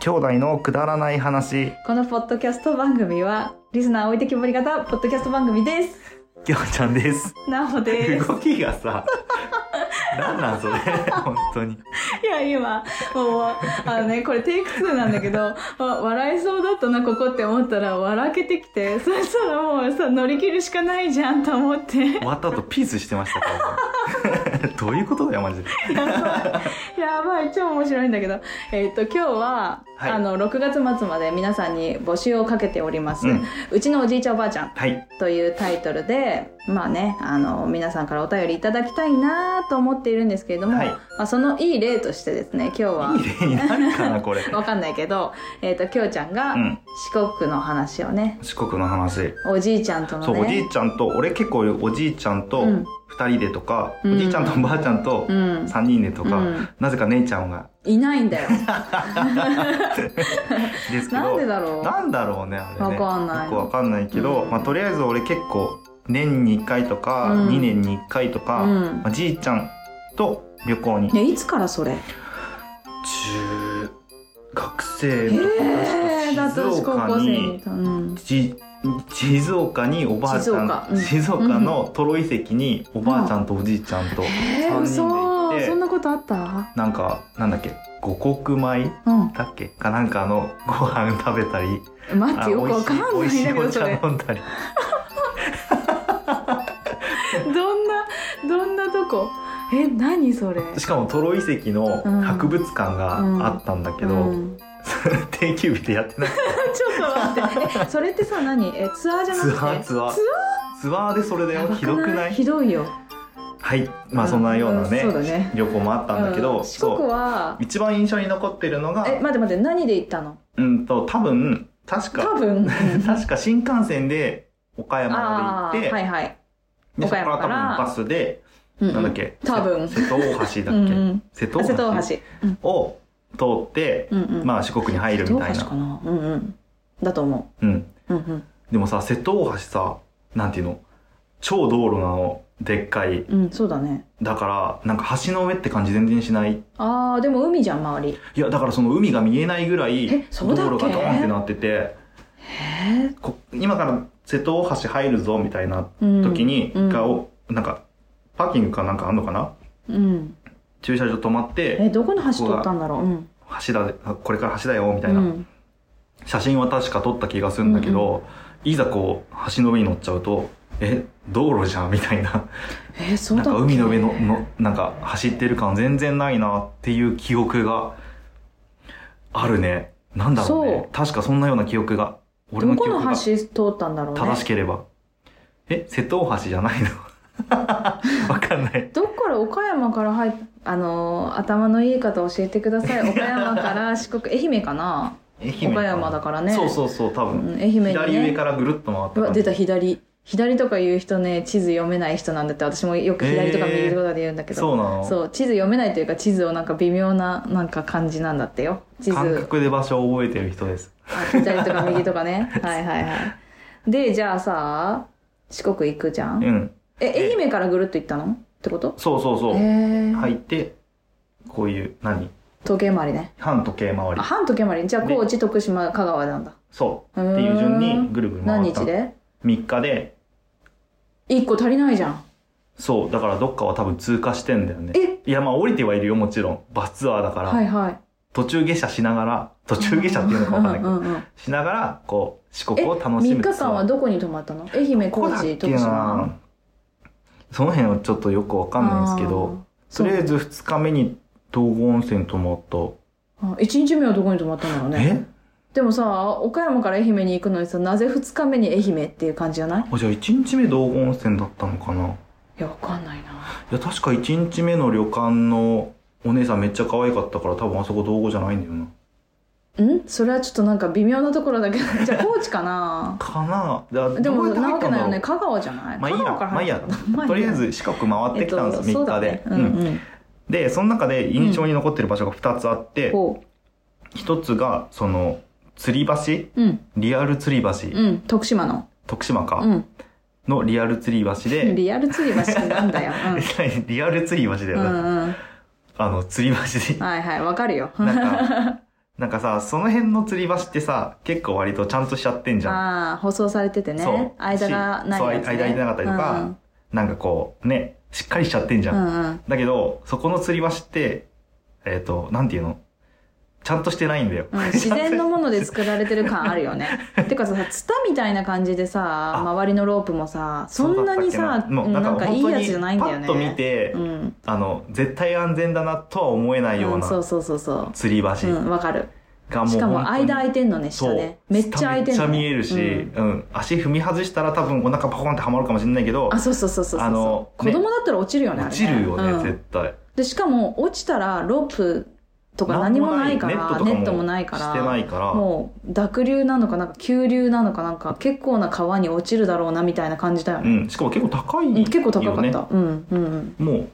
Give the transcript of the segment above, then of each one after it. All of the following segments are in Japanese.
兄弟のくだらない話このポッドキャスト番組はリスナー置いてきぼり型ポッドキャスト番組ですきょうちゃんですなおです動きがさなんなんそれ本当にいや今もうあのねこれテイク2なんだけど あ笑いそうだったなここって思ったら笑けてきて そしたらもうさ乗り切るしかないじゃんと思って終 わった後ピースしてましたから ねどういうことだよマジでやばい。やばい。超面白いんだけど。えっ、と、今日は、はいあの、6月末まで皆さんに募集をかけております。ううんちのおじいちゃんおばあちゃんはいというタイトルで、まあね、あの、皆さんからお便りいただきたいなと思っているんですけれども、はいまあ、そのいい例としてですね、今日は、いい例になるかなこれわかんないけど、えっ、と、きょうちゃんがうん四国の話をね、四国の話おじいちゃんとのそう、おじねい、ちゃんと俺結構おじいちゃんとうん2人でとか、うんおじいちゃんとおばあちゃんとうん3人でとか、うんなぜか姉ちゃんがいないんだよ。ですけどなんでだろうなんだろうねあれねわかんないよくわかんないけど、うんまあ、とりあえず俺結構年に1回とか、うん2年に1回とか、うんまあ、じいちゃんと旅行に中ね、いつからそれ学生えの時えー、だ確か静岡と私高校生にに。うんじ静岡におばあちゃん静岡うんのトロ遺跡におばあちゃんとおじいちゃんとえ3人でー、行っ嘘て、そんなことあったなんかなんだっけ五穀米うんだっけかなんかのご飯食べたり待っあて美よ味くわかんないんしい美味しいだけどそおれ茶飲んだりどんなどんなとこえ何それしかもトロ遺跡のうん博物館があったんだけど、うん、ち 定 休日でやってないょっと待ってえそれってさ何えツアーじゃなくツてアーツアーツツアーでそれだアよーひどくないひどいよはいまあそんなようなね,、うんそうだね旅行もあったんだけど、うん四そ国うは一番印象に残ってるのがえ待って待って何で行ったのうんと多分確多か分確か新幹線で岡山まあで行っーて、はいはいでそこ岡から山多か分らバスで、うんうんなんだっけ多分瀬戸大橋だっけうんうん瀬戸あ大瀬橋戸大橋うんを通って、うんうんまあ四国に入るみたい瀬戸大橋かな、なうんうんだと思うん、ううんうんでもさ瀬戸大橋さなんていうの超道路なのでっかいうん、そうだね。だからなんか橋の上って感じ全然しないああ、でも海じゃん、周り。いやだからその海が見えないぐらいえ道そうだっ路けがドーンってなっててえこ今から瀬戸大橋入るぞみたいなうん時に、うんがおなんかパーキングかなんかあんのかなうん。駐車場止まってえ、どこの橋取ったんだろう。うん。橋だあこれから橋だよみたういな、ん。写真は確か撮った気がするんだけど、いざこう橋の上に乗っちゃうとえ道路じゃんみたいなえ、そうなだんっけか海の上ののなんか走ってる感全然ないなっていう記憶があるねなんだろうねそう確かそんなような記憶が俺どの記この憶が橋通ったんだろうね。正しければ、え瀬戸大橋じゃないの わかんないどっから岡山から入っあのー頭のいい方教えてく ださい。岡山から四国、愛媛かな愛媛岡山だからね。そうそうそう多う分、ん。愛媛にね。左上からぐるっと回ったうわ、感出じた、左。左とか言う人ね、地図読めない人なんだって、私もよく左とか右とかで言うんだけど。そうなのそう地図読めないというか地図をなんか微妙ななんか感じなんだってよ地感図覚で場所を覚えてる人ですあ左とか右と かねはいはいはいでじゃあさ四国行くじゃうんんえ愛媛からぐるっと行ったのってことそうそうそう、へえ入ってこういう何時計回りね反時計回りあ半時計回りじゃあで高知徳島香川なんだそううーんっていう順にぐるぐる回何った日で3日で一個足りないじゃんそうだからどっかは多分通過してんだよねえいやまあ降りてはいるよもちろんバスツアーだから、はいはい途中下車しながら途中下車っていうのかわかんないけど、うんうんうんしながらこう四国えを楽し3む日ツアー間はどこに泊まったの愛媛ここ高だっけ知徳島なその辺はちょっとよくわかんないんですけどあーとりあえず2日目に東郷温泉泊まった、あ1日目はどこに泊まったんだろうねえでもさ岡山から愛媛に行くのにさなぜ2日目に愛媛っていう感じじゃないあじゃあ1日目道後温泉だったのかないいやわかんないなや確か1日目の旅館のお姉さんめっちゃ可愛かったから多分あそこ道後じゃないんだよなんそれはちょっとなんか微妙なところだけどじゃあ高知かなかなだでもどうやってな入わったんけだないろうよね香川じゃないまあいいや香川からまあいい入っやたのまあいい やとりあえず四国回ってきたんです、 え3日で、っとそうだねうんうんうんでその中で印象に残ってる場所が2つあって、こ1つがその吊り橋ううんリアル吊り橋、うん徳島の徳島か、うのリアル吊り橋で、んリアル釣り橋ってな んだよリアル吊り橋だうんうよね、んうん あの吊り橋ではいはいわかるよなんかなんかさ、その辺の吊り橋ってさ、結構割とちゃんとしちゃってんじゃん。ああ、舗装されててね。間がないそう、やつ、ね。間空いてなかったりとか、なんかこう、ね、しっかりしちゃってんじゃ。うんん。うんうん。だけど、そこの吊り橋って、えっ、と、なんていうのちゃんとしてないんだよ。うん、自然 のもので作られてる感あるよね。てかさ、ツタみたいな感じでさ、あ周りのロープもさ、そんなにさ、うもうんだったっけなもうななんんかか本いい当やつにじゃないんパだよッね。と見て、うん。あの、絶対安全だなとは思えないよううん、なそうそうそうそ吊りう。う橋ん、わかる。がもう本当に、しかも間空いてんのね、下ね。めっちゃ空いてん下のね、めっちゃ見えるし、うんうん、足踏み外したら多分お腹パコンってはまるかもしれないけど、あ、そうそうそうそうそう。あの子供だったら落ちるよね、あれ落ねちるよね、うん絶対。で、しかも落ちたらロープとか何もないから、ネットもないから。してないから、もう濁流なのかなんか急流なのかなんか結構な川に落ちるだろうなみたいな感じだようね、ん、しかも結構高いよ、うんね。結構高かった、うんうんうんもう、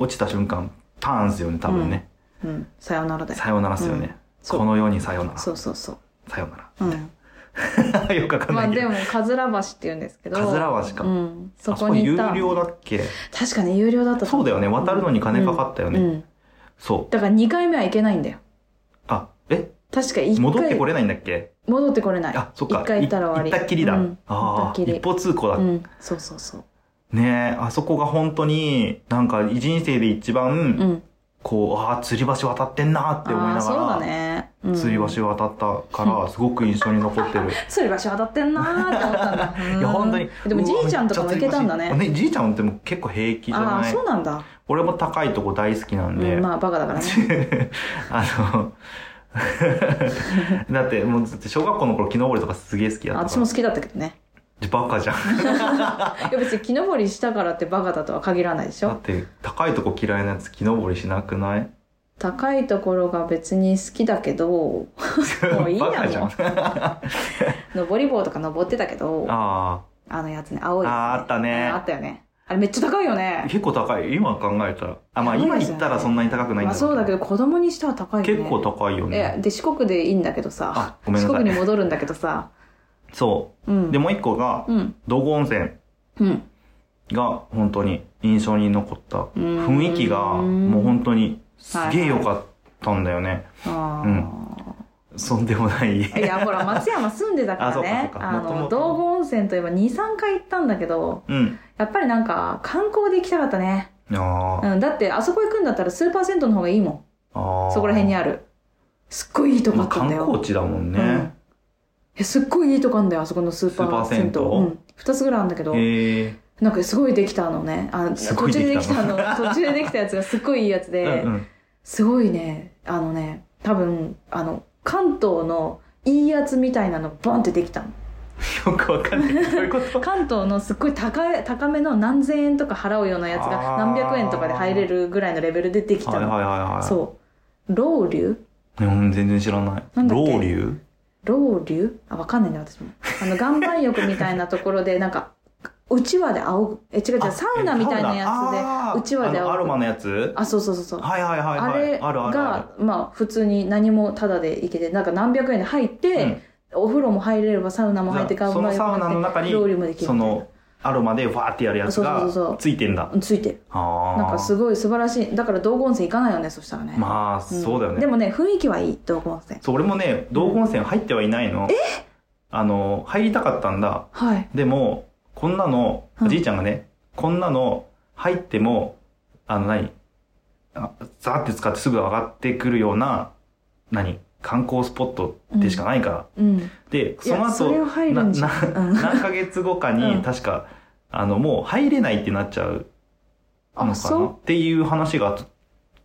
落ちた瞬間、パーンですよね、多分ね。うんさよならだよさよならっすよね。そうこの世にさよなら。さそうそうそうよ なうんら。 よくわかんまなあいけでど。もカズラ橋って言うんですけどカズラ橋か。うん、そあそここにい有た料だっけ確かに有料だったとそ思うだよね。渡るのに金かかったよね。うんうんそだから2回目は行けないんだう。よあ、え確か1回戻ってこれないんだっけ戻ってこれないあ、そっか。 1回行ったら終わりい行ったっきりだ。うんあ行ったあ、っきり一方通行だ。うん、そうそうそうねえ、あそこが本当に、なんか人生で一う番、んこう、ああ、吊り橋渡ってんなーって思いあなあそうだがら、ね、うん、吊り橋渡ったから、すごく印象に残ってる。吊り橋渡ってんなーって思ったんだいや、本当に。うんでもじいちゃんとかも行けたんだうねわめっちゃ吊り橋ね、じいちゃんっても結構平気じゃああないそうなんだ、俺も高いとこ大好きなんで。うん、まあバカだからね あの、 だって、もう、だって小学校の頃木登りとかすげえ好きだった私からも。好きだったけどねバカじゃん。いや別に木登りしたからってバカだとは限らないでしだょって、高いとこ嫌いなやつ木登りしなくない高いところが別に好きだけど もういいやバカじゃん。もう登り棒とか登ってたけどああのやつね青いやつ、あーあったねあったよねあれめっちゃ高いよあ、ね結構高い。今考えたら。あ、まあ高いですよ今ね言ったらそんなに高くないんまだあそうだけど。ど子供にしては高いよね結構高いよえね。で四国でいいんだけどさあごめんなさい四国に戻るんだけどさそうんう。で、もう一個が、うん道後温泉うんが本当に印象に残った。うん雰囲気がもう本当にすげえ良かったんだよね。あそんでも ない。あいやほら松山住んでたか らねあそうかそうかあもとものと道後温泉といえば23回行ったんだけどうん。やっぱりなんか観光で行きたかったね、あーうん、だってあそこ行くんだったらスーパー銭湯の方がいいもんあー。そこら辺にあるすっごいいいとこあまあったん観だよ、光地だもんうねん。えすっごいいいとこあんだよあそこのスーパー銭湯スーパー銭湯うん、2つぐらいあるんだけど、へえ。なんかすごいできたのねあすごい途で中ででききたたの 途中でできたやつがすっごいいいやつうで、んうん。すごいねあのね多分あの関東のいいやつみたいなのボンってできたのよくわかんない。どういう こと関東のすっごい高い高めの何千円とか払うようなやつがあー何百円とかで入れるぐらいのレベルでできたはいの、はいはいはい。そう老流うん、全然知らない。なんだっけ老流老流あわかんないね私もあの岩盤浴みたいなところでなん かうちわで仰ぐえ違う違うあサウナみたいなやあーつでうちわであのア仰ロぐマのやつあそうそうそうそうはいはいはいあはい。れあるあるあが、まあ、普通に何もタダで行けて、なんか何百円で入って、お風呂も入れればサウナも入って、じゃあそのサウナの中にロウリュもでる。きるその、アロマでわーってやるやつそうがそうそうそうついてんだ。ついてる。ああ。なんかすごい素晴らしい。だから道後温泉行かないよね、そしたらね。まあ、んそうだよねで。もね、雰囲気はいい、道後温泉。そう、俺もね、道後温泉入ってはいないの。あの、入りたかったんだ。はい。でも、こんなの、うんじいちゃんがね、こんなの入っても、あの何、あザーって使ってすぐ上がってくるような、何観光スポットでしかないから。うん。で、いそのや、それ後、は入るんじゃん。うん何ヶ月後かうに、ん確か、あの、もう入れないってなっちゃうのあ、かなそっうていう話が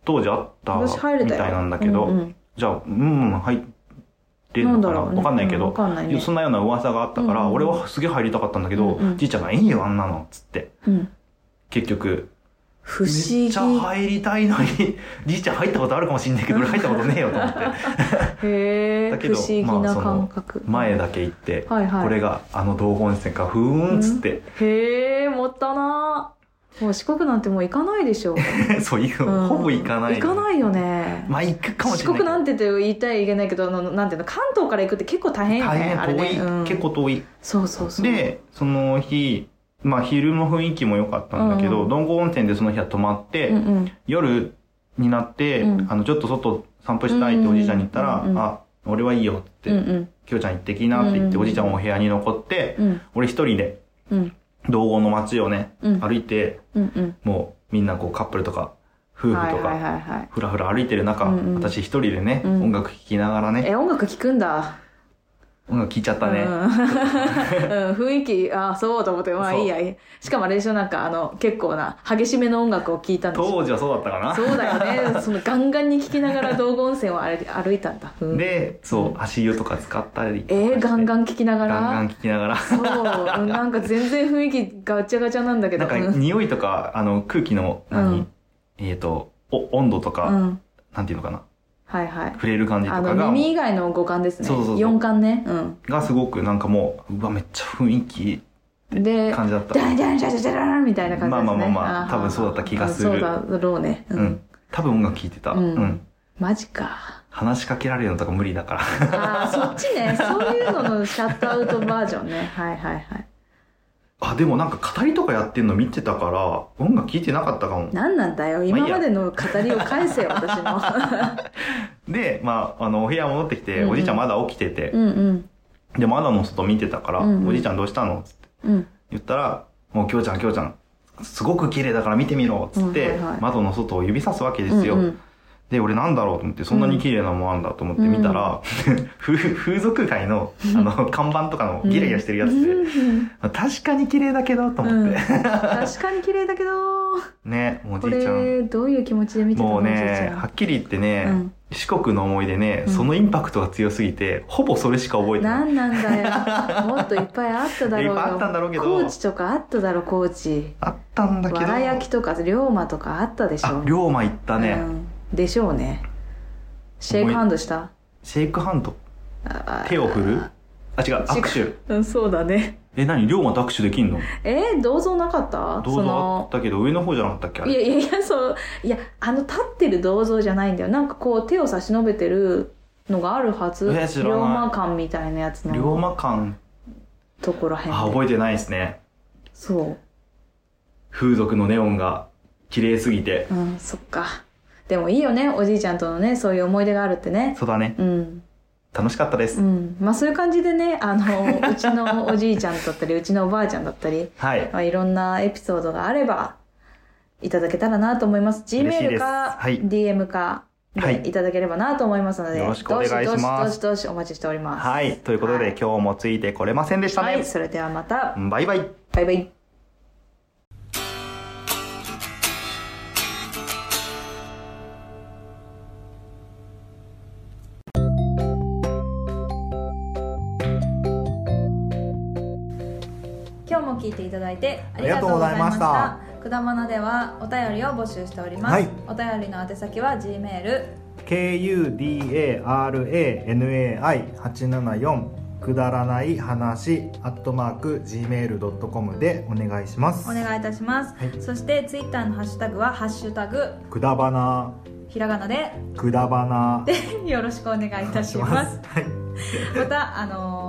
当時あったみ私入れたよ。たいなんだけど、うんうんじゃあ、うん、入れるなんのだかなろうね。わかんないけうわど、かんないね。そんなような噂があったから、うんうん俺はすげえ入りたかったんだけど、うんうんじいちゃんが、いいよ、あんなの、つって。うん結局、不思め議っち。ゃ入りたいのに、じいちゃん入ったことあるかもしんないけど、俺入ったことねえよと思って。へえ。だけ不ど思議まあなその感覚。前だけ行って、はいはい。これがあの道後温泉か、ふーん、つって。へえ、もったなぁ。もう四国なんてもう行かないでしょ。 そう、行く、うんほぼ行かない。行かないよね。まあ行くかもし四れないけど。国なんてって言いたいいけないけど、あのなんていうの、関東から行くって結構大変よ大ね。あれ変遠ねい、うん結構遠い。そうそうそう。、で、その日、まあ昼の雰囲気も良かったんだけど、うん道後温泉でその日は泊まって、うんうん。夜、になって、うんあの、ちょっと外散歩したいっておじいちゃんに言ったら、うんうんあ、俺はいいよって、うん今日きようんちゃん行ってきなって言って、うんおじいちゃんお部屋に残って、うん俺一人でうん道後の街をね、うん歩いて、うんうんもうみんなこうカップルとか、夫婦とはいはいか、はいはいふらふら歩いてる中、うんうん私一人でね、うん音楽聴きながらね、え音楽聴くんだ音楽聴いちゃったね。うん、うん雰囲気あそうと思ってまあそういいやいいしかもあれでしょなんかあの結構な激しめの音楽を聴いたんでしょ当時はそうだったかな。そうだ よねそのガンガンに聴きながら道後温泉を歩歩いたんだ、うんで、そう、足湯とか使ったりとかして。えー、ガンガン聴きながらガンガン聞きなが ら。そううんなんか全然雰囲気ガチャガチャなんだけなどんかうん匂いとか、あの、空気の、何、うんえっ、と、お温度とか、うんなんていうのかな、はいはい触れる感じとあかのが、耳以外の五感ですねそうそうそう四感ねうんがすごくなんかもう、うわ、めっちゃ雰囲気いいで感じだった。ダンダンダンダンダンみたいな感じですねまあまあまあまあー多分そうだった気がするそうだろうねうん、多分音楽聴いてた、ううんん。マジか話しかけられるのとか無理だから。 ああそっちねそういうののシャットアウトバージョンねはいはいはいあ、でもなんか語りとかやってんの見てたから、音楽聴いてなかったかも。何なんだよいいや今までの語りを返せよ私 ので、まあ、あの、お部屋戻ってきて、うんうんおじいちゃんまだ起きてて、うんうんで、窓の外見てたから、うんうんおじいちゃんどうしたのつってうん言ったら、もう、きょうちゃん、きょうちゃん、すごく綺麗だから見てみろつって、うんはいはい窓の外を指さすわけですよ。うんうんで、俺なんだろうと思って、そんなに綺麗なもんあんだと思って見たら、 風風俗街の、あの、看板とかのギラギラしてるやつで、うん確かに綺麗だけど、と 思って。確かに綺麗だけどね、もうおこじいちゃん。れどういう気持ちで見てたのもうおじいちねゃ、んはっきり言ってね、うん四国の思い出ね、うんそのインパクトが強すぎて、ほぼそれしか覚えてない。何なんだよもっといっぱいあっただろうよ いっぱいあったんだろうけど高知とかあっただろ高知あったんだけど。わら焼きとか龍馬とかあったでしょあ、龍馬行ったね、うんでしょうねシェイクハンドしたシェイクハンド。あ手を振るあ、違う、シェイク握手。うんそうだねえ、何龍馬と握手できんのえー、銅像なかった銅像あったけど、上の方じゃなかったっけあそのいれ。やいやいやそういやあの立ってる銅像じゃないんだよなんかこう手を差し伸べてるのがあるはずえー知らない龍馬館みたいなやつ龍の馬館。ところへんあ、覚えてないですね。そう風俗のネオンが綺麗すぎて。うん、そっか。でもいいよね、おじいちゃんとのね、そういう思い出があるってね。そうだね。うん。楽しかったでうす。ん。まあそういう感じでね、あの、うちのおじいちゃんだったり、うちのおばあちゃんだったり、はい。まあ、いろんなエピソードがあれば、いただけたらなと思います。嬉しい Gmail ですか、はい DM か、はいい、いただければなと思いますので、よろしくお願いしますどしどしどしどしお待ちしております。はい。ということで、はい今日もついてこれませんでしたね。はい、それではまた、バイバイ。バイバイ。今日も聞いていただいてありがとうございました。あくだまなではお便りを募集しております。はいお便りの宛先は G メール kudaranai874 くだらない話アットマーク gmail.com でお願いしまおす願いいたします。はいそしてツイッターのハッシュタグはハッシュタグくだばなひらがなで くだばなよろしくお願いいたします。はいまたあのー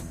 す